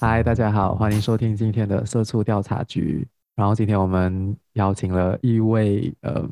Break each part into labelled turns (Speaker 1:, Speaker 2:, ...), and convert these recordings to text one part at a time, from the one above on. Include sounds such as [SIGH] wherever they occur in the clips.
Speaker 1: 嗨，大家好，欢迎收听今天的社畜调查局。然后今天我们邀请了一位呃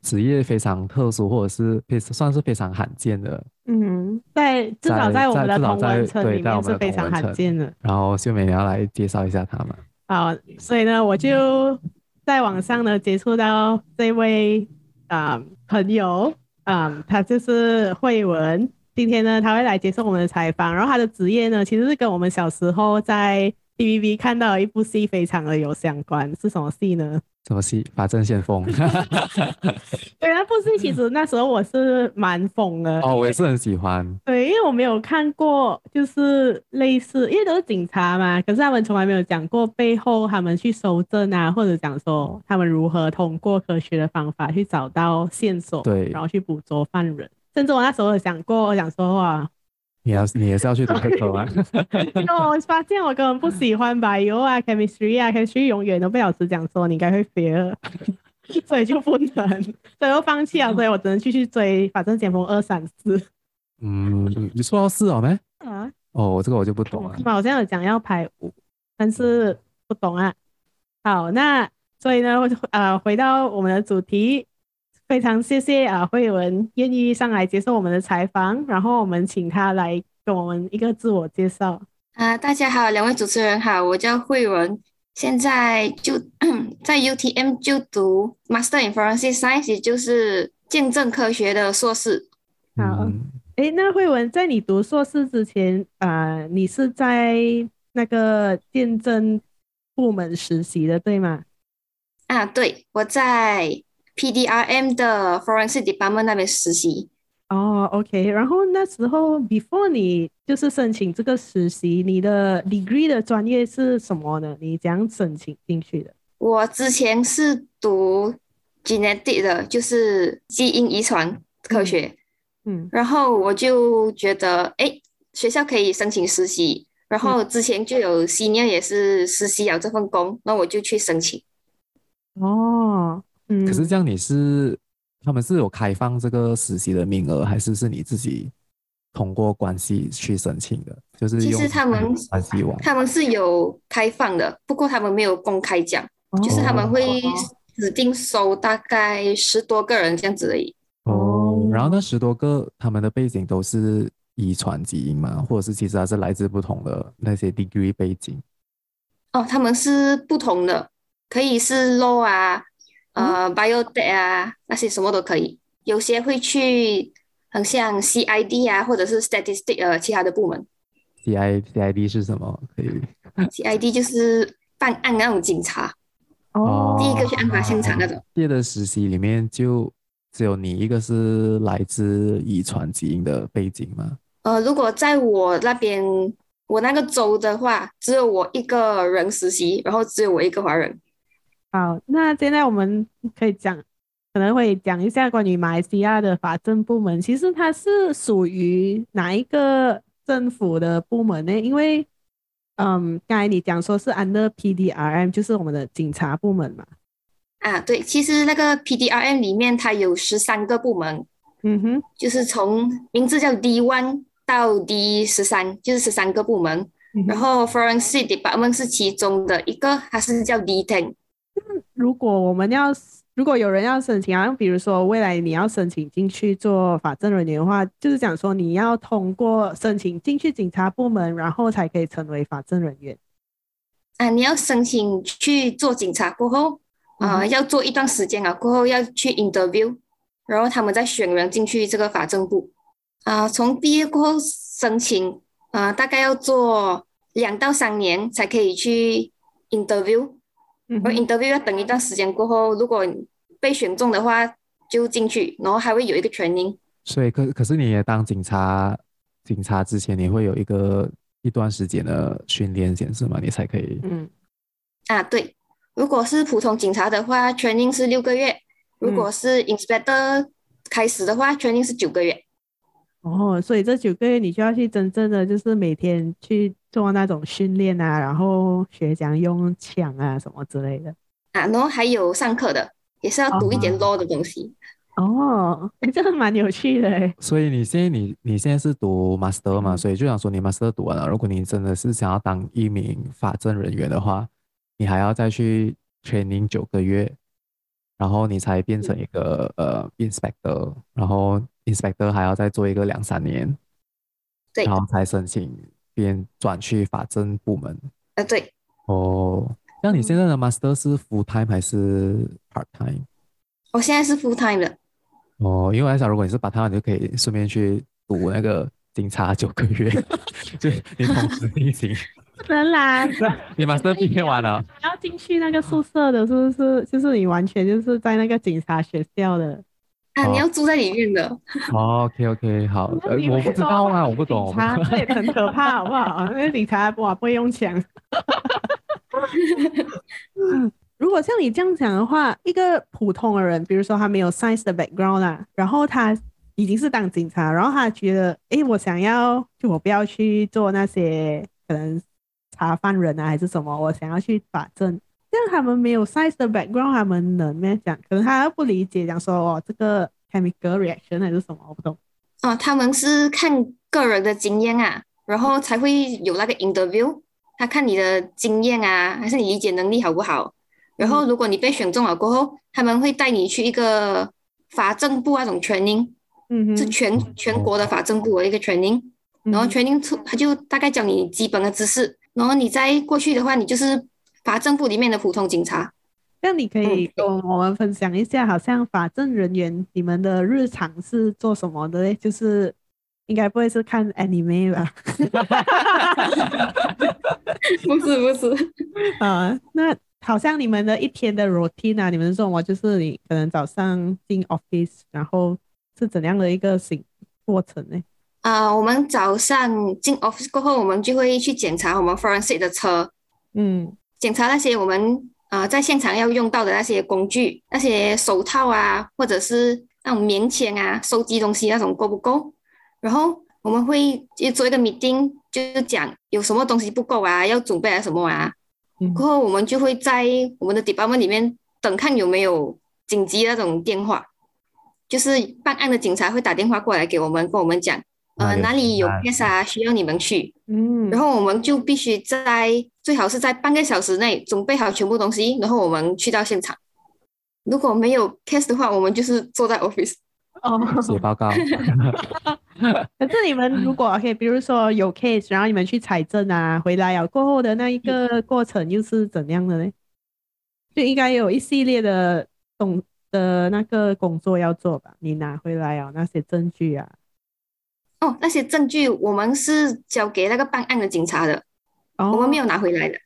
Speaker 1: 职业非常特殊，或者是非算是非常罕见的。
Speaker 2: 嗯，在至少
Speaker 1: 在
Speaker 2: 在我们
Speaker 1: 在
Speaker 2: 的
Speaker 1: 至少
Speaker 2: 同文
Speaker 1: 在
Speaker 2: 层
Speaker 1: 对
Speaker 2: 里
Speaker 1: 在我
Speaker 2: 面
Speaker 1: 们的
Speaker 2: 是非
Speaker 1: 同
Speaker 2: 常
Speaker 1: 文
Speaker 2: 罕
Speaker 1: 层
Speaker 2: 见的。
Speaker 1: 然后秀美，你要来介绍一下他吗？
Speaker 2: 好，所以呢，我
Speaker 1: 嗯
Speaker 2: 就在网上呢接触到这位啊、朋友，啊、他就是慧文。今天呢，他会来接受我们的采访。然后他的职业呢，其实是跟我们小时候在 TVB 看到的一部戏非常的有相关。是什么戏呢？
Speaker 1: 什么戏？法证先
Speaker 2: [LAUGHS]
Speaker 1: 锋。
Speaker 2: 对，那部戏其实那时候我是蛮疯的，
Speaker 1: 哦，我也是很喜欢。
Speaker 2: 对，因为我没有看过，就是类似，因为都是警察嘛，可是他们从来没有讲过背后他们去搜证啊，或者讲说他们如何通过科学的方法去找到线索，
Speaker 1: 对
Speaker 2: 然后去捕捉犯人。甚至我那时候有想过，我想说哇，
Speaker 1: 你要你也是要去读这科吗？ [LAUGHS]
Speaker 2: 因为我发现我根本不喜欢 bio 啊、chemistry 啊，chemistry 永远都被老师讲说你应该会 fear，所以就不能，所以就放弃了，所以我只能继续追《法证先锋二三四》
Speaker 1: 嗯，你说到是哦没？
Speaker 2: 啊。
Speaker 1: 哦，这个我就不懂了
Speaker 2: 嗯。好像有讲要排五，但是不懂啊。好，那所以呢，我就呃回到我们的主题，非常谢谢啊、呃慧文愿意上来接受我们的采访，然后我们请他来跟我们一个自我介绍。
Speaker 3: 啊，大家好，两位主持人好，我叫慧文，现在就 [COUGHS] 在 UTM 就读 Master in Forensic Science，也就是见证科学的硕士。
Speaker 2: 好
Speaker 1: 嗯，
Speaker 2: 诶，那慧文在你读硕士之前，呃，你是在那个见证部门实习的，对吗？
Speaker 3: 啊，对，我在 PDRM 的 Forensic Department 那边实习。
Speaker 2: 哦，OK，然后那时候 before 你就是申请这个实习，你的 degree 的专业是什么呢？你怎样申请进去的？
Speaker 3: 我之前是读 genetic 的，就是基因遗传科学。
Speaker 2: 嗯
Speaker 3: 然后我就觉得，哎，学校可以申请实习，然后之前就有 senior 也是实习了这份工，那我就去申请。
Speaker 2: 哦，
Speaker 1: 可是
Speaker 2: 嗯，
Speaker 1: 这样你是他们是有开放这个实习的名额，还是是你自己通过关系去申请的？就是
Speaker 3: 其
Speaker 1: 用
Speaker 3: 实他们
Speaker 1: 关系网。
Speaker 3: 他们是有开放的，不过他们没有公开讲，
Speaker 2: 哦
Speaker 3: 就是他们会指定收大概十多个人这样子而已。
Speaker 1: 哦
Speaker 2: 哦，
Speaker 1: 然后那十多个他们的背景都是遗传基因嘛，或者是其实它是来自不同的那些 degree 背景。
Speaker 3: 哦，他们是不同的，可以是 law 啊，呃，biotech 啊，那些什么都可以。有些会去很像 CID 啊，或者是 statistic 呃其他的部门。
Speaker 1: CI CID 是什么？可以
Speaker 3: CID 就是办案那种警察，
Speaker 2: 哦，
Speaker 3: 第一个去案发现场那种。
Speaker 1: 毕业的实习里面就只有你一个是来自遗传基因的背景嘛？
Speaker 3: 呃，如果在我那边，我那个州的话，只有我一个人实习，然后只有我一个华人。
Speaker 2: 好，那现在我们可以讲，可能会讲一下关于马来西亚的法政部门，其实它是属于哪一个政府的部门呢？因为，嗯，刚才你讲说是 under PDRM，就是我们的警察部门嘛。
Speaker 3: 啊，对，其实那个 PDRM 里面它有十三个部门，
Speaker 2: 嗯哼，
Speaker 3: 就是从名字叫 D one 到 D 十三，就是十三个部门。然后 Forensic Department 是其中的一个，它是叫 D ten。
Speaker 2: 如果我们要，如果有人要申请，好像比如说未来你要申请进去做法政人员的话，就是讲说你要通过申请进去警察部门，然后才可以成为法政人员。
Speaker 3: 啊，你要申请去做警察过后，啊、
Speaker 2: 嗯
Speaker 3: 要做一段时间啊，过后要去 interview，然后他们再选人进去这个法政部。啊、从毕业过后申请，啊、大概要做两到三年才可以去 interview，
Speaker 2: 嗯
Speaker 3: 然后 interview 要等一段时间过后，如果你被选中的话就进去，然后还会有一个 training。
Speaker 1: 所以可可是你也当警察，警察之前你会有一个一段时间的训练先是吗？你才可以。
Speaker 2: 嗯
Speaker 3: 啊，对，如果是普通警察的话，training 是六个月；如
Speaker 2: 嗯
Speaker 3: 果是 inspector 开始的话，training 是九个月。
Speaker 2: 哦，所以这九个月你就要去真正的就是每天去做那种训练啊，然后学怎样用枪啊什么之类的。
Speaker 3: 啊，然后还有上课的，也是要读一点
Speaker 2: 哦
Speaker 3: law 的东西。
Speaker 2: 哦，诶这个蛮有趣的诶。
Speaker 1: 所以你现在你你现在是读 master 嘛，
Speaker 2: 嗯
Speaker 1: 所以就想说你 master 读完了，如果你真的是想要当一名法政人员的话，你还要再去 training 九个月，然后你才变
Speaker 2: 嗯
Speaker 1: 成一个呃 inspector，然后 inspector 还要再做一个两三年，
Speaker 3: 对
Speaker 1: 然后才申请变转去法政部门。
Speaker 3: 呃，对，
Speaker 1: 哦，那你现在的 master 是 full time 还是 part time？
Speaker 3: 我现在是 full time 的，
Speaker 1: 哦，因为我在想，如果你是把它，你就可以顺便去读那个警察九个 [LAUGHS] 月，就你同时进行。
Speaker 2: 不能啦，
Speaker 1: 你 master 毕业完
Speaker 2: [LAUGHS]
Speaker 1: 了，
Speaker 2: 要进去那个宿舍的，是不是？就是你完全就是在那个警察学校的。
Speaker 3: 啊，
Speaker 1: 哦
Speaker 3: 你要住在里面的，
Speaker 1: 哦，OK OK，好，呃
Speaker 2: 你以
Speaker 1: 我
Speaker 2: 为
Speaker 1: 不知
Speaker 2: 说
Speaker 1: 道啊，我不懂，我
Speaker 2: 警
Speaker 1: 不
Speaker 2: 察
Speaker 1: 懂
Speaker 2: 这也很可怕，好不好？那警察哇不会用枪。嗯， [LAUGHS] 如果像你这样讲的话，一个普通的人，比如说他没有 science 的 background 啦，然后他已经是当警察，然后他觉得，诶，我想要就我不要去做那些可能查犯人啊还是什么，我想要去法政。这样他们没有 science 的 background，他们能咩讲？可能他不理解，讲说哦，这个 chemical reaction 还是什么，我不懂。
Speaker 3: 啊，他们是看个人的经验啊，然后才会有那个 interview，他看你的经验啊，还是你理解能力好不好。然后如果你被选中了过后，他们会带你去一个法政部那种 training，
Speaker 2: 嗯哼
Speaker 3: 是全全国的法政部的一个 training，然
Speaker 2: 嗯
Speaker 3: 后 training 出他就大概教你基本的知识，然后你再过去的话，你就是法政部里面的普通警察。
Speaker 2: 那你可
Speaker 3: 嗯
Speaker 2: 以跟我们分享一下，好像法政人员你们的日常是做什么的嘞？就是应该不会是看 anime 吧？ [LAUGHS]
Speaker 3: 不是不是，
Speaker 2: 啊，那好像你们的一天的 routine 啊，你们是什么？就是你可能早上进 office，然后是怎样的一个行过程呢？
Speaker 3: 啊、我们早上进 office 过后，我们就会去检查我们 forensic 的车，
Speaker 2: 嗯
Speaker 3: 检查那些我们啊、呃在现场要用到的那些工具，那些手套啊，或者是那种棉签啊，收集东西那种够不够？然后我们会就做一个 meeting，就是讲有什么东西不够啊，要准备啊什么啊。
Speaker 2: 嗯
Speaker 3: 过后我们就会在我们的 department 里面等看有没有紧急那种电话，就是办案的警察会打电话过来给我们，跟我们讲，
Speaker 1: 哪
Speaker 3: 呃，哪
Speaker 1: 里
Speaker 3: 里有
Speaker 1: 有
Speaker 3: case 啊，需要你们去。
Speaker 2: 嗯，
Speaker 3: 然后我们就必须在最好是在半个小时内准备好全部东西，然后我们去到现场。如果没有 case 的话，我们就是坐在 office。
Speaker 2: 哦，
Speaker 1: 写报告。
Speaker 2: 可是你们
Speaker 1: 哎
Speaker 2: 如果 OK，比如说有 case，然后你们去采证啊，回来了过后的那一
Speaker 1: 嗯
Speaker 2: 个过程又是怎样的呢？就应该有一系列的懂的那个工作要做吧？你拿回来啊，那些证据啊，
Speaker 3: 哦，那些证据我们是交给那个办案的警察的，
Speaker 2: 哦，
Speaker 3: 我们没有拿回来的。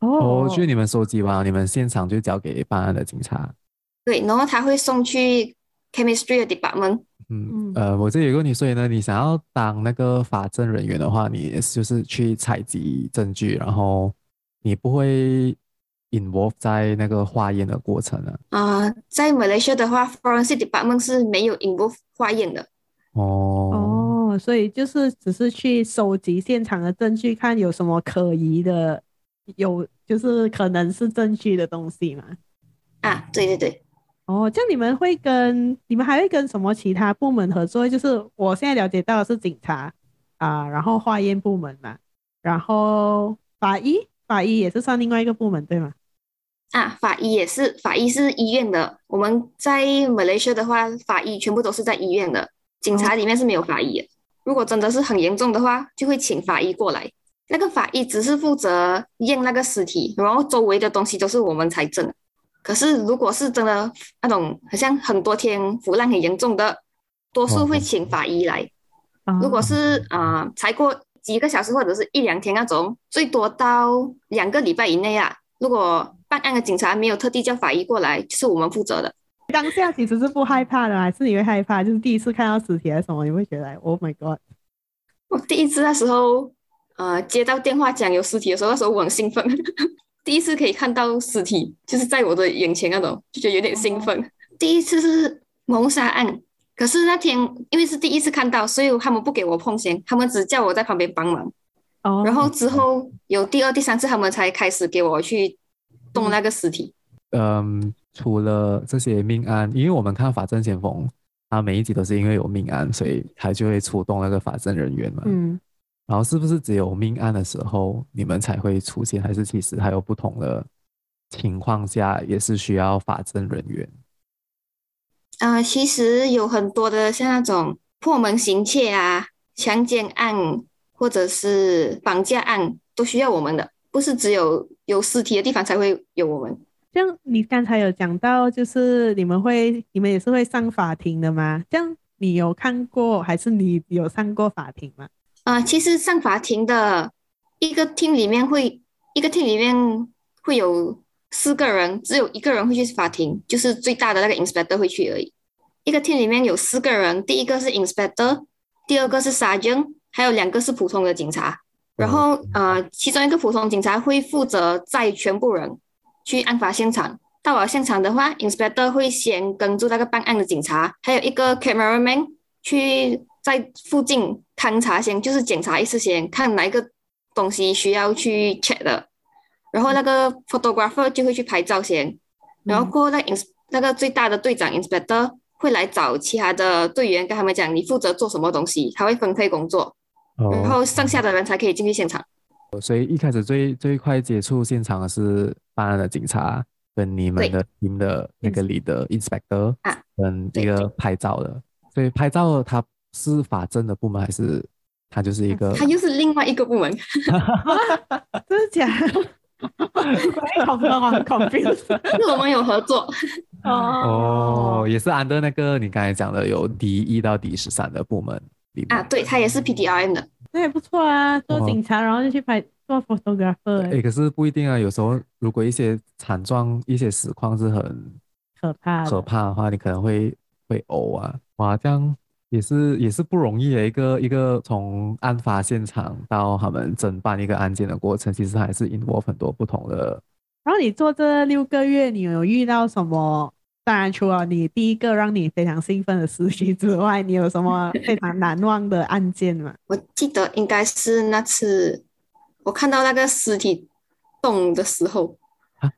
Speaker 1: 哦
Speaker 2: 哦，，
Speaker 1: 就是你们收集完，你们现场就交给办案的警察。
Speaker 3: 对，然后他会送去 chemistry 的 department。
Speaker 1: 嗯
Speaker 2: 嗯，
Speaker 1: 呃，我这里有个问题，所以呢，你想要当那个法证人员的话，你就是去采集证据，然后你不会 involve 在那个化验的过程啊。
Speaker 3: 啊、在 Malaysia 的话，forensic department 是没有 involve 化验的。
Speaker 1: 哦，
Speaker 2: 哦，所以就是只是去收集现场的证据，看有什么可疑的，有就是可能是证据的东西嘛。
Speaker 3: 啊，对对对，
Speaker 2: 哦，这样你们会跟你们还会跟什么其他部门合作？就是我现在了解到的是警察啊、然后化验部门嘛，然后法医，法医也是算另外一个部门对吗？
Speaker 3: 啊，法医也是，法医是医院的。我们在 Malaysia 的话，法医全部都是在医院的，警察里面是没有法医的。如果真的是很严重的话，就会请法医过来。那个法医只是负责验那个尸体，然后周围的东西都是我们财政。可是如果是真的那种好像很多天腐烂很严重的，多数会请法医来。
Speaker 2: 啊，
Speaker 3: 如果是啊、呃才过几个小时或者是一两天那种，最多到两个礼拜以内啊。如果办案的警察没有特地叫法医过来，就是我们负责的。 [LAUGHS]
Speaker 2: 当下其实是不害怕的，还是你会害怕？就是第一次看到尸体还是什么，你会觉得 Oh my God！
Speaker 3: 我第一次那时候，呃，接到电话讲有尸体的时候，那时候我很兴奋， [LAUGHS] 第一次可以看到尸体，就是在我的眼前那种，就觉得有点兴奋。第一次是谋杀案，可是那天因为是第一次看到，所以他们不给我碰先，他们只叫我在旁边帮忙。
Speaker 2: 哦，
Speaker 3: 然后之后有第二、第三次，他们才开始给我去动那个尸体。
Speaker 1: 嗯，除了这些命案，因为我们看《法证先锋》，它每一集都是因为有命案，所以它就会出动那个法证人员嘛。
Speaker 2: 嗯，
Speaker 1: 然后是不是只有命案的时候你们才会出现，还是其实还有不同的情况下也是需要法证人员？
Speaker 3: 呃，其实有很多的像那种破门行窃啊、强奸案或者是绑架案，都需要我们的，不是只有有尸体的地方才会有我们。
Speaker 2: 这样你刚才有讲到，就是你们会，你们也是会上法庭的吗？这样你有看过，还是你有上过法庭吗？
Speaker 3: 啊，其实上法庭的一个厅里面会，一个厅里面会有四个人，只有一个人会去法庭，就是最大的那个 inspector 会去而已。一个厅里面有四个人，第一个是 inspector，第二个是 sergeant，还有两个是普通的警察。然后呃，其中一个普通警察会负责载全部人去案发现场。到了现场的话，inspector 会先跟住那个办案的警察，还有一个 cameraman 去在附近勘察先，就是检查一次先，看哪一个东西需要去 check 的。然后那个 photographer 就会去拍照先，然后过后那 ins 那个最大的队长 inspector 会来找其他的队员，跟他们讲你负责做什么东西，他会分配工作，
Speaker 1: 哦
Speaker 3: 然后剩下的人才可以进去现场。
Speaker 1: 所以一开始最最快接触现场的是办案的警察跟你们
Speaker 3: 对嗯
Speaker 1: 的 team 的那个 leader inspector
Speaker 3: 啊
Speaker 1: 跟一
Speaker 3: 对
Speaker 1: 个
Speaker 3: 对
Speaker 1: 拍照的，所以拍照的他是法政的部门还是他就是一个？
Speaker 3: 啊他又是另外一个部门， [LAUGHS]
Speaker 2: 真的假的？我好不好？很
Speaker 3: [LAUGHS]
Speaker 2: confused
Speaker 3: 那我们有合作。
Speaker 1: 哦，，也是 under 那个你刚才讲的有 D 一到 D 十三的部门里面
Speaker 3: 啊，对，他也是 PDRM 的。
Speaker 2: 那也不错啊，做
Speaker 1: 哦
Speaker 2: 警察然后就去拍做 photographer，
Speaker 1: 诶，可是不一定啊。有时候如果一些惨状、一些实况是很
Speaker 2: 可怕的
Speaker 1: 可怕的话，你可能会会呕啊。哇，这样也是也是不容易欸的一个一个从案发现场到他们侦办一个案件的过程，其实还是 involve 很多不同的。
Speaker 2: 然后你做这六个月，你有遇到什么？当然，除了你第一个让你非常兴奋的事情之外，你有什么非常难忘的案件吗？
Speaker 3: 我记得应该是那次我看到那个尸体动的时候，
Speaker 2: 哈，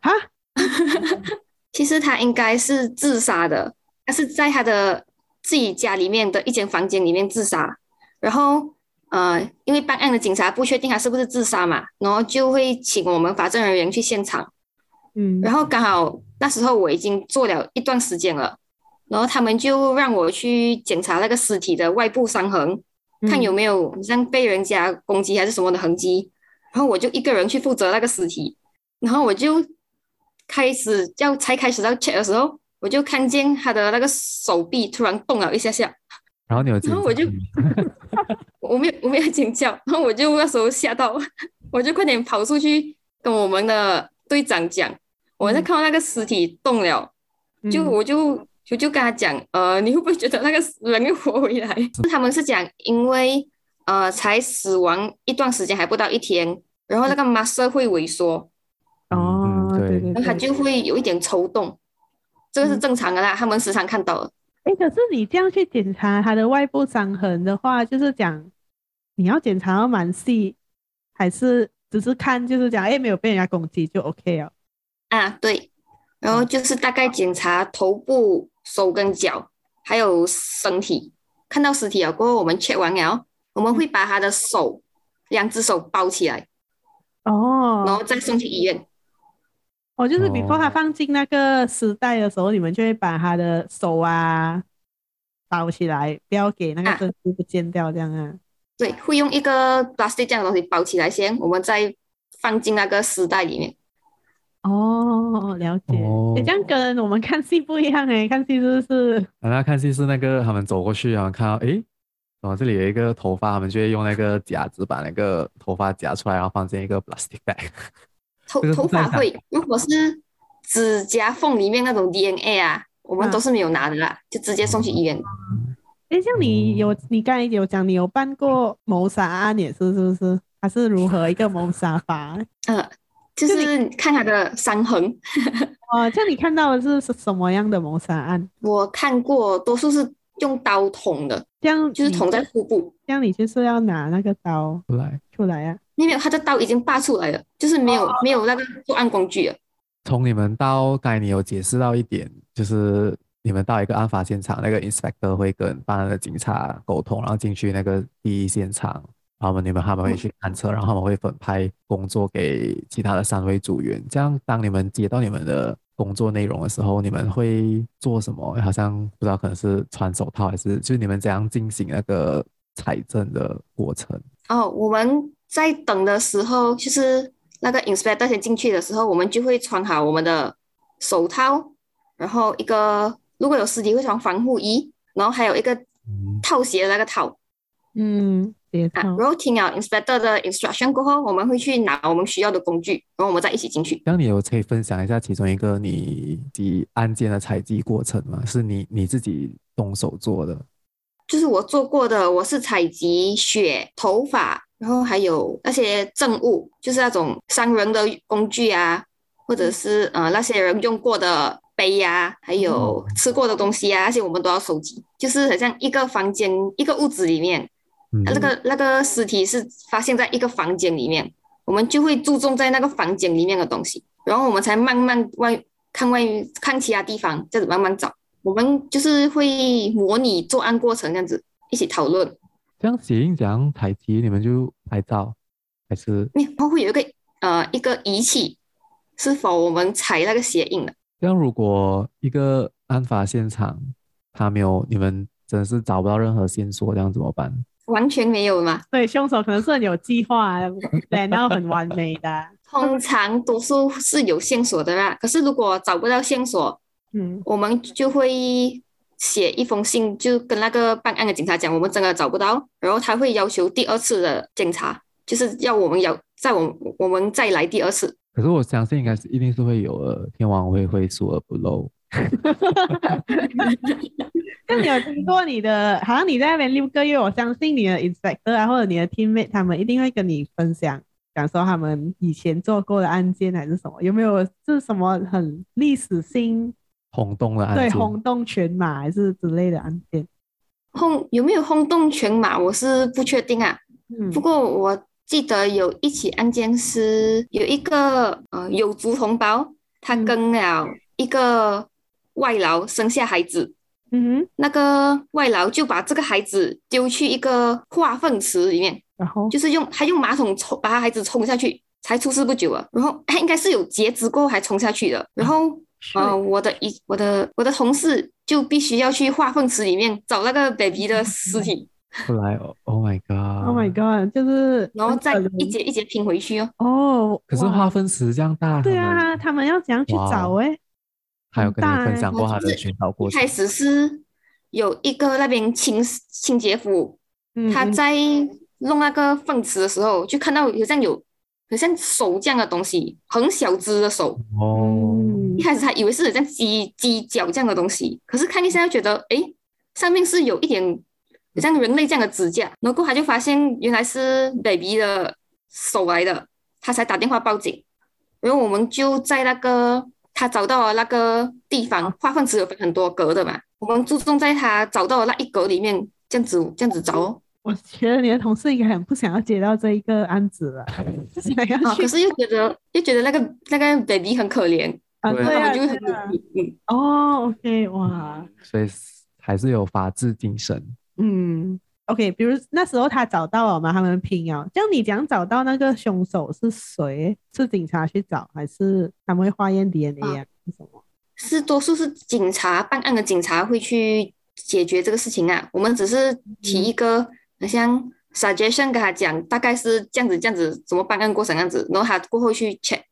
Speaker 3: 其实他应该是自杀的，他是在他的自己家里面的一间房间里面自杀。然后，呃，因为办案的警察不确定他是不是自杀嘛，然后就会请我们法证人员去现场。
Speaker 2: 嗯，
Speaker 3: 然后刚好那时候我已经做了一段时间了，然后他们就让我去检查那个尸体的外部伤痕，看有没有像被人家攻击还是什么的痕迹。然后我就一个人去负责那个尸体，然后我就开始要才开始要 check 的时候，我就看见他的那个手臂突然动了一下下，
Speaker 1: 然后你有紧
Speaker 3: 然后我
Speaker 1: 张
Speaker 3: 就
Speaker 1: 吗
Speaker 3: 我没有我没有尖叫，然后我就那时候吓到， [LAUGHS] 我就快点跑出去跟我们的队长讲，我在看到那个尸体动了，
Speaker 2: 嗯
Speaker 3: 就我就我就跟他讲，呃， [LAUGHS] 你会不会觉得那个人又活回来？他们是讲，因为呃才死亡一段时间还不到一天，然后那个 muscle 会萎缩，
Speaker 2: 哦
Speaker 1: 嗯，嗯对
Speaker 2: 对对
Speaker 3: 然后
Speaker 2: 对，
Speaker 3: 它就会有一点抽动，这个是正常的啦，他们时常看到的。
Speaker 2: 哎，可是你这样去检查它的外部伤痕的话，就是讲你要检查到蛮细，还是只是看就是讲哎没有被人家攻击就 OK 了？
Speaker 3: 啊，对，然后就是大概检查头部、手跟脚，还有身体。看到尸体了过后，我们 check 完了，我们会把他的手，两只手包起来，然
Speaker 2: 哦，
Speaker 3: 后再送去医院。
Speaker 2: 哦，就是 before 它
Speaker 1: 哦
Speaker 2: 放进那个丝带的时候，你们就会把它的手啊包起来，不要给那个
Speaker 3: 啊
Speaker 2: 针织不见掉这样啊。
Speaker 3: 对，会用一个 plastic 这样的东西包起来先，我们再放进那个丝带里面。
Speaker 2: 哦，了解。
Speaker 1: 哦
Speaker 2: 诶这样跟我们看戏不一样哎、看戏就是
Speaker 1: 然后看戏是那个他们走过去，然后看到诶，哦这里有一个头发，他们就会用那个夹子把那个头发夹出来，然后放进一个 plastic bag。
Speaker 3: 头
Speaker 1: 这个
Speaker 3: 头
Speaker 1: 不在
Speaker 3: 发
Speaker 1: 场
Speaker 3: 会，如果是指甲缝里面那种 DNA 啊，我们
Speaker 2: 嗯
Speaker 3: 都是没有拿的啦，就直接送去医院。
Speaker 1: 啊 [LAUGHS]
Speaker 2: 哎，像你有你刚才有讲你有办过谋杀案也是是不是？它是如何一个谋杀法？
Speaker 3: 嗯，就
Speaker 2: 就是
Speaker 3: 看他的伤痕。
Speaker 2: 哦，像你看到的是是什么样的谋杀案？
Speaker 3: 我看过，多数是用刀捅的，
Speaker 2: 这样
Speaker 3: 就是
Speaker 2: 你
Speaker 3: 捅在腹部。
Speaker 2: 这样你就是要拿那个刀
Speaker 1: 来，
Speaker 2: 出来啊。
Speaker 1: 哦
Speaker 3: 那边他的刀已经拔出来了，就是没有、没有那个作案工具了。
Speaker 1: 从你们到刚才你有解释到一点，就是你们到一个案发现场，那个 inspector 会跟办案的警察沟通，然后进去那个第一现场，然后你们他们会去勘测，然后他们会分派工作给其他的三位组员。这样，当你们接到你们的工作内容的时候，你们会做什么？好像不知道，可能是穿手套，还是就是你们怎样进行那个采证的过程？
Speaker 3: 哦，我们在等的时候，就是那个 inspector 先进去的时候，我们就会穿好我们的手套，然后一个如果有尸体会穿防护衣，然后还有一个
Speaker 1: 嗯，
Speaker 3: 套鞋的那个套
Speaker 2: 嗯，别
Speaker 3: 啊。
Speaker 2: 套
Speaker 3: 然后听了 inspector 的 instruction 过后，我们会去拿我们需要的工具，然后我们再一起进去。
Speaker 1: 这样你有可以分享一下其中一个你及案件的采集过程吗？是你你自己动手做的？
Speaker 3: 就是我做过的，我是采集血、头发，然后还有那些证物，就是那种伤人的工具啊，或者是呃那些人用过的杯呀、还有吃过的东西啊，那些我们都要收集。就是很像一个房间、一个屋子里面，
Speaker 1: 嗯，
Speaker 3: 那个那个尸体是发现在一个房间里面，我们就会注重在那个房间里面的东西，然后我们才慢慢外看外看其他地方，这样子慢慢找。我们就是会模拟作案过程这样子一起讨论。
Speaker 1: 这样写印怎样采集？你们就拍照，还是
Speaker 3: 没有，它会有一个呃一个仪器，是否我们踩那个鞋印的？
Speaker 1: 这样？如果一个案发现场他没有，你们真的是找不到任何线索，这样怎么办？
Speaker 3: 完全没有嘛。
Speaker 2: 对，凶手可能是很有计划， [LAUGHS] 然到很完美的。啊
Speaker 3: 通常多数是有线索的啦，可是如果找不到线索，
Speaker 2: 嗯，
Speaker 3: 我们就会写一封信，就跟那个办案的警察讲，我们真的找不到，然后他会要求第二次的检查，就是要我们要在我们我们再来第二次。
Speaker 1: 可是我相信应该是一定是会有的，天网恢恢，疏而不漏。
Speaker 2: 那你有听过你的？好像你在那边六个月，我相信你的 inspector 啊，或者你的 teammate，他们一定会跟你分享，讲说他们以前做过的案件还是什么，有没有是什么很历史性、
Speaker 1: 轰动了案
Speaker 2: 对
Speaker 1: 件，
Speaker 2: 轰动全马还是之类的案件？
Speaker 3: 轰有没有轰动全马，我是不确定啊。
Speaker 2: 嗯
Speaker 3: 不过我记得有一起案件是有一个呃有族同胞，他
Speaker 2: 嗯
Speaker 3: 跟了一个外劳生下孩子，
Speaker 2: 嗯哼，
Speaker 3: 那个外劳就把这个孩子丢去一个化粪池里面，
Speaker 2: 然后
Speaker 3: 就是用他用马桶冲把他孩子冲下去，才出事不久啊。然后 [LAUGHS] 他应该是有截肢过后还冲下去的。
Speaker 2: 嗯
Speaker 3: 然后
Speaker 2: 是
Speaker 3: 呃，我的一我的我的同事就必须要去化粪池里面找那个 baby 的尸
Speaker 2: 嗯
Speaker 3: 体，
Speaker 1: 后来，Oh my god，Oh
Speaker 2: Oh my god！就是
Speaker 3: 然后
Speaker 2: 很可
Speaker 3: 再一
Speaker 2: 怜
Speaker 3: 节一节拼回去哦。
Speaker 2: 哦，
Speaker 1: 可是
Speaker 2: 哇
Speaker 1: 划分池这样大，
Speaker 2: 对
Speaker 1: 他们
Speaker 2: 啊，他们要怎样去
Speaker 1: 哇
Speaker 2: 找
Speaker 1: 哦
Speaker 2: 哎、
Speaker 1: 他有跟你
Speaker 2: 很大
Speaker 1: 分
Speaker 2: 欸
Speaker 1: 享过
Speaker 3: 我
Speaker 1: 他
Speaker 3: 就
Speaker 1: 的
Speaker 3: 是
Speaker 1: 寻找过
Speaker 3: 一
Speaker 1: 程
Speaker 3: 开始是有一个那边清清洁服，
Speaker 2: 嗯，
Speaker 3: 他
Speaker 2: 嗯
Speaker 3: 在弄那个粪池的时候，就看到好像有好像手这样的东西，很小只的手。
Speaker 1: 哦，
Speaker 3: 一开始他以为是很像鸡鸡脚这样的东西，可是看一下又觉得，诶，上面是有一点很像人类这样的指甲，然后过后他就发现原来是 baby 的手来的，他才打电话报警。然后我们就在那个他找到了那个地方，化粪池有分很多格的嘛，我们注重在他找到的那一格里面，这样子这样子找哦。
Speaker 2: 我觉得你的同事应该很不想要接到这一个案子了， [LAUGHS] 就想要
Speaker 3: 啊，
Speaker 2: 去
Speaker 3: 可是又觉得又觉得那个那个 baby 很可怜，
Speaker 2: 啊，
Speaker 1: 对
Speaker 2: 对
Speaker 3: 然后他
Speaker 2: 啊，
Speaker 3: 们就会
Speaker 2: 对
Speaker 3: 很
Speaker 2: 啊，
Speaker 3: 嗯。
Speaker 2: 哦，OK，哇，
Speaker 1: 所以还是有法治精神。
Speaker 2: 嗯，OK，比如那时候他找到了嘛，他们拼啊，这样你讲找到那个凶手是谁？是警察去找，还是他们会化验 DNA 啊？是什么？
Speaker 3: 是多数是警察办案的警察会去解决这个事情啊。我们只是提一个，好像 suggestion 跟他讲，大概是这样子这样子，怎么办案过程这样子，然后他过后去 check。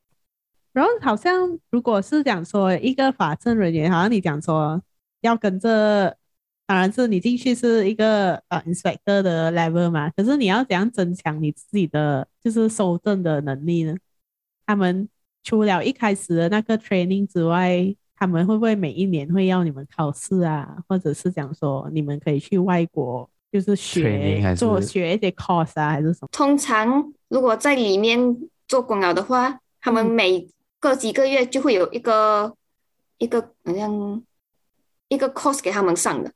Speaker 2: 然后好像如果是讲说一个法政人员，好像你讲说要跟着，当然是你进去是一个呃 inspector 的 level 嘛，可是你要怎样增强你自己的就是收证的能力呢？他们除了一开始的那个 training 之外，他们会不会每一年会要你们考试啊，或者是讲说你们可以去外国就是学
Speaker 1: Training 还是
Speaker 2: 做学一些 course 啊，还是什么？
Speaker 3: 通常如果在里面做工了的话，他们
Speaker 2: 嗯
Speaker 3: 每隔几个月就会有一个一个好像一个 course 给他们上的，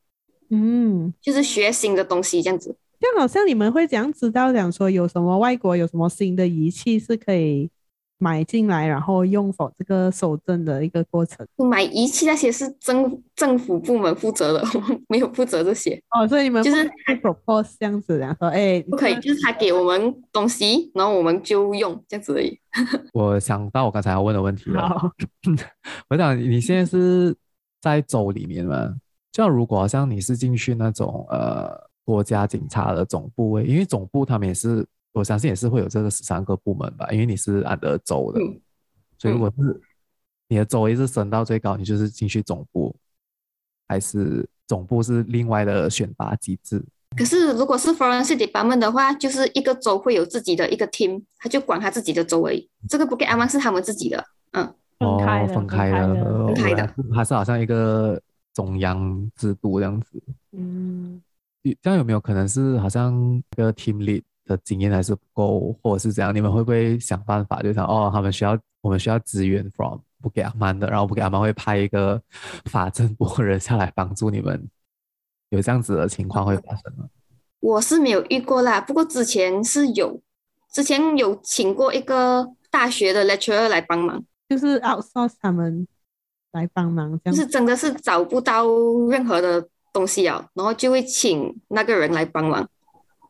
Speaker 2: 嗯，
Speaker 3: 就是学新的东西这样子。
Speaker 2: 这样好像你们会怎样知道，讲说有什么外国有什么新的仪器是可以买进来，然后用否这个手证的一个过程。
Speaker 3: 买仪器那些是政政府部门负责的， [LAUGHS] 我们没有负责这些，
Speaker 2: 哦，所以你们
Speaker 3: 就是
Speaker 2: 不可以 propose 这样子，然后说，哎，
Speaker 3: 不可以，就是他给我们东西，然后我们就用这样子而已。
Speaker 1: 我想到我刚才要问的问题了。
Speaker 2: 好，
Speaker 1: 我想你现在是在州里面嘛？这样如果好像你是进去那种呃国家警察的总部位，因为总部他们也是，我相信也是会有这个十三个部门吧，因为你是按德州的，
Speaker 3: 嗯
Speaker 1: 所以如果是你的州一直升到最高，你就是进去总部，还是总部是另外的选拔机制？
Speaker 3: 可是如果是 forensic department 的话，就是一个州会有自己的一个 team，他就管他自己的州而已。这个 Bukit Amang 是他们自己的，
Speaker 2: 分开
Speaker 1: 哦
Speaker 2: 的，
Speaker 1: 分开
Speaker 2: 的，
Speaker 1: 的，
Speaker 3: 分开的
Speaker 1: 哦它是好像一个中央制度这样子。
Speaker 2: 嗯，
Speaker 1: 你这样有没有可能是好像这个 team lead 的经验还是不够，或者是怎样？你们会不会想办法，就想哦，他们需要我们需要资源 from 不给阿曼的，然后不给阿曼会派一个法政部的人下来帮助你们，有这样子的情况会发生吗？
Speaker 3: 我是没有遇过啦。不过之前是有，之前有请过一个大学的 lecturer 来帮忙，
Speaker 2: 就是 outsource 他们来帮忙这样
Speaker 3: 就是
Speaker 2: 子。
Speaker 3: 真的是找不到任何的东西啊，然后就会请那个人来帮忙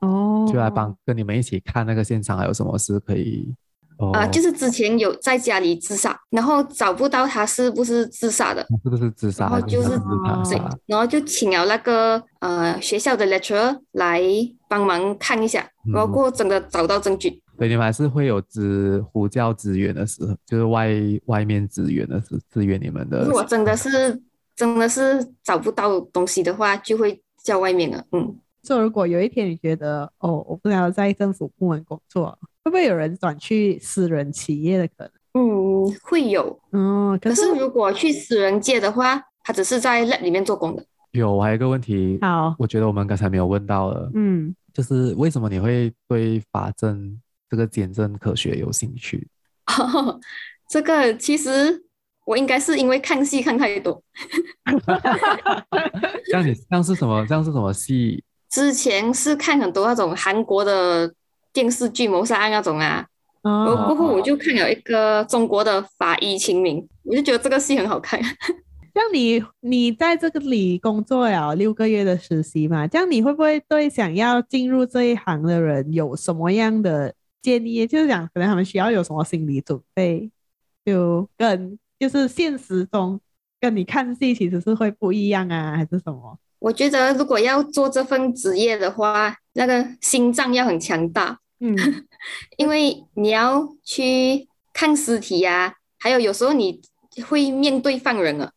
Speaker 2: 哦，
Speaker 1: 就来帮跟你们一起看那个现场还有什么是可以哦，
Speaker 3: 啊、就是之前有在家里自杀，然后找不到他是不是自杀的，
Speaker 1: 这个是自杀
Speaker 3: 然后
Speaker 1: 还
Speaker 3: 就是
Speaker 1: 自
Speaker 2: 哦
Speaker 1: 杀
Speaker 3: 所以？然后就请了那个呃学校的 lecturer 来帮忙看一下，
Speaker 1: 嗯
Speaker 3: 然后过后真的找到证据。
Speaker 1: 所以你们还是会有支呼叫支援的时候，就是外外面支援的时支援你们的。
Speaker 3: 如果真的是真的是找不到东西的话，就会叫外面了。嗯，
Speaker 2: 就如果有一天你觉得哦，我不想要在政府部门工作，会不会有人转去私人企业的可能？
Speaker 3: 嗯，会有。
Speaker 2: 嗯，可
Speaker 3: 可
Speaker 2: 是
Speaker 3: 是如果去私人界的话，他只是在 lab 里面做工的。
Speaker 1: 有，我还有一个问题，
Speaker 2: 好，
Speaker 1: 我觉得我们刚才没有问到的，
Speaker 2: 嗯，
Speaker 1: 就是为什么你会对法政这个简政科学有兴趣？
Speaker 3: 这个其实我应该是因为看戏看太多，
Speaker 1: 这样你这样是什么？这样是什么系？
Speaker 3: 之前是看很多那种韩国的电视剧谋杀案那种啊，然后
Speaker 2: 哦，
Speaker 3: 过后我就看了一个中国的《法医秦明》，我就觉得这个戏很好看。 [LAUGHS]
Speaker 2: 像你你在这个里工作了六个月的实习嘛，这样你会不会对想要进入这一行的人有什么样的建议？就是讲可能他们需要有什么心理准备，就跟就是现实中跟你看戏其实是会不一样啊，还是什么？
Speaker 3: 我觉得如果要做这份职业的话，那个心脏要很强大，
Speaker 2: 嗯
Speaker 3: 因为你要去看尸体呀、还有有时候你会面对犯人了，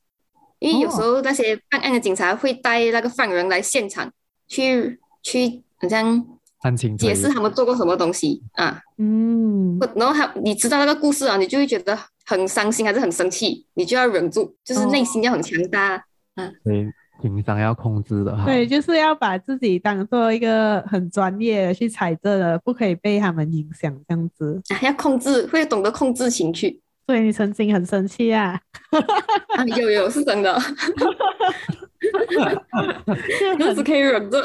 Speaker 3: 因
Speaker 2: 哦
Speaker 3: 为有时候那些办案的警察会带那个犯人来现场去去，好像
Speaker 1: 看清楚
Speaker 3: 解释他们做过什么东西啊，
Speaker 2: [LAUGHS] 嗯
Speaker 3: 不然后他你知道那个故事啊，你就会觉得很伤心还是很生气，你就要忍住，就是内心要很强大。啊
Speaker 1: 所以情商要控制的哈。
Speaker 2: 对，，就是要把自己当做一个很专业的去采这的，不可以被他们影响这样子。
Speaker 3: 啊，要控制，会懂得控制情绪
Speaker 2: 所以你曾经很生气啊，
Speaker 3: 啊，有有是真的，
Speaker 2: [LAUGHS] 就
Speaker 3: 就是
Speaker 2: 很
Speaker 3: 可以忍着。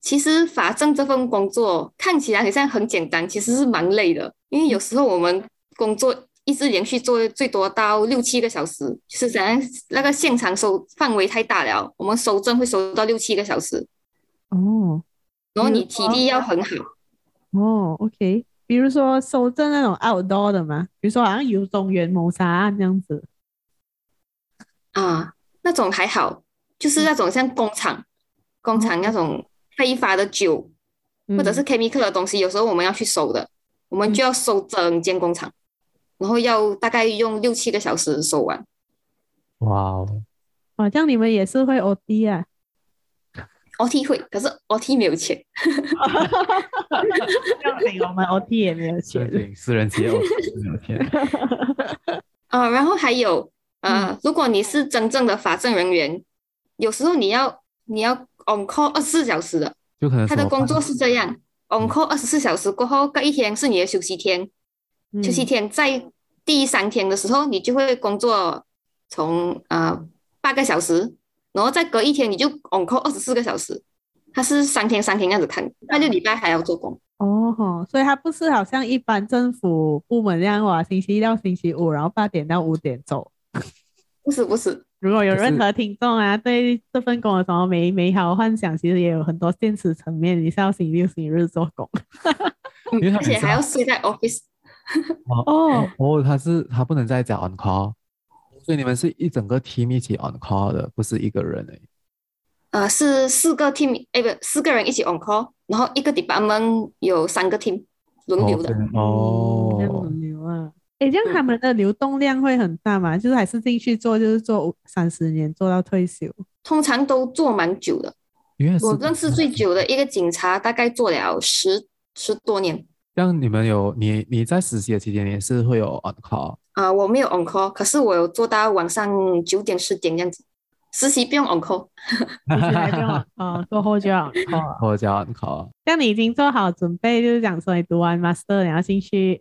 Speaker 3: 其实法政这份工作看起来好像很简单，其实是蛮累的，因为有时候我们工作一直连续做最多到六七个小时，就是怎样那个现场收范围太大了，我们收证会收到六七个小时，
Speaker 2: 哦
Speaker 3: 然后
Speaker 2: 比如
Speaker 3: 你体力要很好，
Speaker 2: 哦，OK。比如说收证那种 outdoor 的嘛，比如说好像有中原谋杀案这样子，
Speaker 3: 啊，那种还好，
Speaker 1: 嗯
Speaker 3: 就是那种像工厂、工厂那种非法的酒
Speaker 1: 嗯
Speaker 3: 或者是 chemical 的东西，有时候我们要去收的，我们就要收整间工厂，然后要大概用六七个小时收完。
Speaker 1: 哇哦，
Speaker 2: 好像你们也是会 OD 啊，
Speaker 3: OT 会，可是 OT 没有钱，
Speaker 2: 领哎我们 OT 也没有
Speaker 1: 这
Speaker 2: 钱。
Speaker 1: 对私人企业我没有天，
Speaker 2: [LAUGHS]
Speaker 3: 啊，然后还有呃，
Speaker 1: 嗯
Speaker 3: 如果你是真正的法政人员，有时候你要你要 on call 二十四小时的，
Speaker 1: 就可能
Speaker 3: 他的
Speaker 1: 什么
Speaker 3: 工作
Speaker 1: 办
Speaker 3: 是这样，on call 二十四小时过后，隔一天是你的休息天，
Speaker 2: 嗯
Speaker 3: 休息天在第三天的时候，你就会工作从呃八个小时，然后再隔一天你就 on call 二十四个小时，它是三天三天这样子看，那就礼拜还要做工。
Speaker 2: 哦哦吼，所以它不是好像一般政府部门那样哇，星期一到星期五，然后八点到五点走。
Speaker 3: 不是不是，
Speaker 2: 如果有
Speaker 1: 可是
Speaker 2: 任何听众啊，对这份工有什么美美好的幻想，其实也有很多现实层面，你是要星期六、星期日做工。
Speaker 1: 因为
Speaker 3: 嗯
Speaker 1: 他
Speaker 3: [LAUGHS] 而且
Speaker 1: 本身
Speaker 3: 还要睡在 office。
Speaker 2: 哦
Speaker 1: 哦，他是他不能在家 on call，所以你们是一整个 team 一起 on call 的，不是一个人诶。
Speaker 3: 呃，是四个 team，哎，不，四个人一起 on call，然后一个 department 有三个 team 轮流的。
Speaker 1: 哦
Speaker 2: 这样
Speaker 3: 嗯
Speaker 2: 轮流啊。诶，这样他们的流动量会很大嘛？就是还是进去做，就是做三十年，做到
Speaker 1: [LAUGHS]
Speaker 2: 退休。
Speaker 3: 通常都做蛮久的。
Speaker 1: 因为是
Speaker 3: 我认识最久的一个警察，大概做了十十多年。
Speaker 1: 像你们有你你在实习的期间，你是会有 on call，
Speaker 3: 啊、我没有 on call，可是我有做到晚上九点十点这样子。实习不用 on call，
Speaker 2: 一起来就好哦，过后就要 call 啊。
Speaker 1: 或者叫 on call。
Speaker 2: 像你已经做好准备，就是讲说你读完 master，你要进去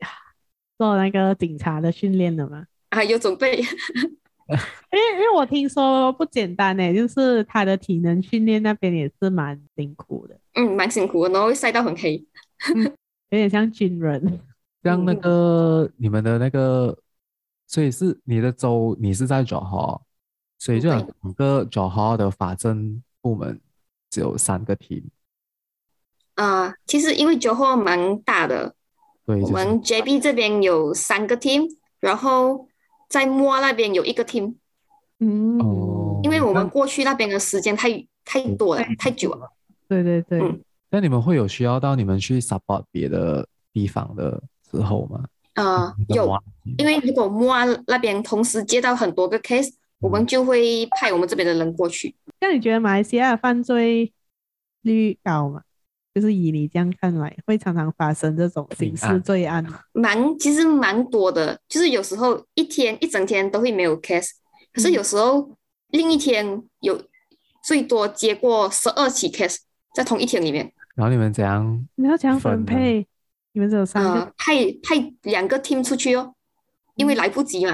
Speaker 2: 做那个警察的训练了吗？
Speaker 3: 啊，有准备。 [LAUGHS]
Speaker 2: 因为因为我听说不简单呢，就是他的体能训练那边也是蛮辛苦的，
Speaker 3: 嗯，蛮辛苦的，然后会晒到很黑。
Speaker 2: 有点像军人。
Speaker 1: 像那
Speaker 3: 嗯
Speaker 1: 个你们的那个，所以是你的州，你是在 Johor，所以就
Speaker 3: 对
Speaker 1: 两个 Johor 的法政部门只有三个 team，
Speaker 3: 啊、其实因为酒后蛮大的，
Speaker 1: 所以就
Speaker 3: 我
Speaker 1: 是
Speaker 3: 们 JB 这边有三个 team，然后在莫那边有一个 team，
Speaker 2: 嗯，
Speaker 1: 哦嗯
Speaker 3: 因为我们过去那边的时间太太多了，太久啊了。
Speaker 2: 对对对，
Speaker 3: 嗯
Speaker 1: 那你们会有需要到你们去 support 别的地方的时候吗？
Speaker 3: 啊，
Speaker 1: 你的
Speaker 3: 有
Speaker 1: mod
Speaker 3: 因为如果莫阿那边同时接到很多个 case，我
Speaker 1: 嗯
Speaker 3: 们就会派我们这边的人过去。
Speaker 2: 那你觉得马来西亚的犯罪率高吗？就是以你这样看来，会常常发生这种刑
Speaker 1: 命
Speaker 2: 事
Speaker 1: 案
Speaker 2: 罪案。
Speaker 3: 蛮其实蛮多的，就是有时候一天一整天都会没有 case，
Speaker 2: 嗯
Speaker 3: 可是有时候另一天有最多接过十二起 case，在同一天里面，
Speaker 1: 然后你们怎样？
Speaker 2: 你要怎样
Speaker 1: 分呢
Speaker 2: 分配？你们只有三个，
Speaker 3: 呃，派派两个 team 出去哦，因为来不及嘛，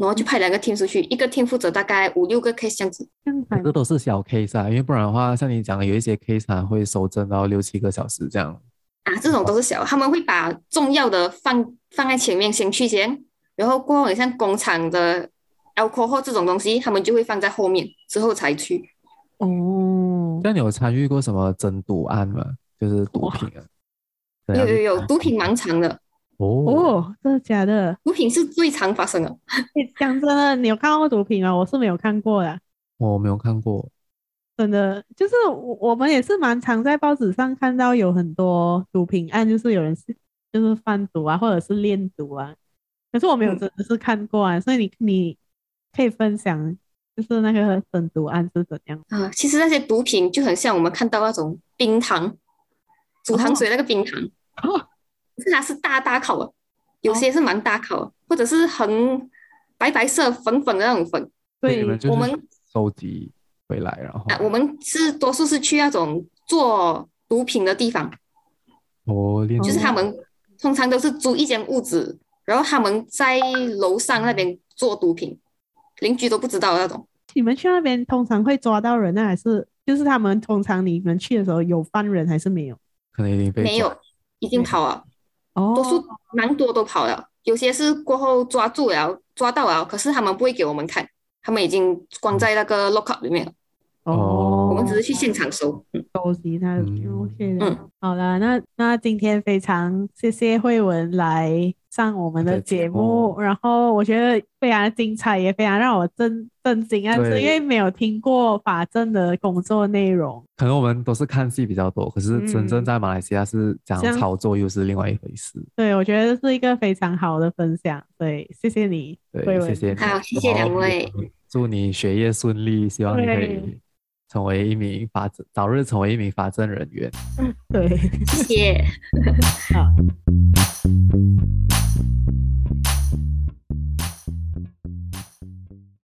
Speaker 3: 然后就派两个 team 出去，一个 team 负责大概五六个 case 这样子，
Speaker 2: 这样
Speaker 1: 可
Speaker 2: 才
Speaker 1: 是都是小 case 啊，因为不然的话，像你讲的，有一些 case 还会收证到六七个小时这样。
Speaker 3: 啊，这种都是小，他们会把重要的放放在前面先去先，然后过后你像工厂的 alcohol 这种东西，他们就会放在后面之后才去。
Speaker 2: 哦。
Speaker 1: 那你有参与过什么争赌案吗？就是毒品啊？怎
Speaker 3: 有
Speaker 1: 样
Speaker 3: 有有，毒品蛮长的，
Speaker 1: 哦
Speaker 2: 哦，真的假的？ [LAUGHS]
Speaker 3: 毒品是最常发生的。
Speaker 2: 诶讲真的，你有看过毒品吗？我是没有看过的。
Speaker 1: 我没有看过。
Speaker 2: 真的，就是我我们也是蛮常在报纸上看到有很多毒品案，就是有人是就是贩毒啊，或者是练毒啊。可是我没有
Speaker 3: 嗯
Speaker 2: 真的是看过啊，所以你你可以分享，就是那个整毒案是怎样？
Speaker 3: 啊、其实那些毒品就很像我们看到那种冰糖，煮糖水那个冰糖，
Speaker 2: 哦
Speaker 3: 可是它是大大口的，有些是蛮大口的，或者是很白白色粉粉的那种粉。
Speaker 1: 所以
Speaker 2: 对
Speaker 1: 你，们就
Speaker 3: 我
Speaker 1: 是
Speaker 3: 们
Speaker 1: 收集回来，然后
Speaker 3: 啊，我们是多数是去那种做毒品的地方，
Speaker 1: 哦，练
Speaker 3: 就
Speaker 1: 习
Speaker 3: 是他们通常都是租一间屋子，然后他们在楼上那边做毒品，邻居都不知道的那种。
Speaker 2: 你们去那边通常会抓到人呢，啊还是就是他们通常你们去的时候有犯人还是没有？
Speaker 1: 可能已经被
Speaker 3: 没
Speaker 1: 抓
Speaker 3: 有，已经跑了。
Speaker 2: 哦，
Speaker 3: 多数蛮多都跑了，有些是过后抓住了，抓到了，可是他们不会给我们看，他们已经关在那个 lockup 里面了，
Speaker 2: 哦，
Speaker 1: 我
Speaker 3: 我们只是去现场收。嗯
Speaker 2: 收集它的
Speaker 1: 嗯
Speaker 2: OK 的。
Speaker 3: 嗯
Speaker 2: 好啦，那那今天非常谢谢慧文来上我们的
Speaker 1: 的节
Speaker 2: 节目，
Speaker 1: 目
Speaker 2: 然后我觉得非常精彩，也非常让我震震惊啊，
Speaker 1: 对
Speaker 2: 是因为没有听过法政的工作内容。
Speaker 1: 可能我们都是看戏比较多，可是真正
Speaker 2: 嗯
Speaker 1: 在马来西亚是讲
Speaker 2: 像
Speaker 1: 操作又是另外一回事。
Speaker 2: 对，我觉得是一个非常好的分享，对，谢谢你，慧
Speaker 1: 对，
Speaker 2: 文。
Speaker 1: 谢谢你，
Speaker 3: 好谢谢
Speaker 1: 然后
Speaker 3: 两位，
Speaker 1: 祝你学业顺利，希望你可
Speaker 2: 对
Speaker 1: 以成为一名法政，早日成为一名法政人员。
Speaker 2: 对。
Speaker 3: 谢谢。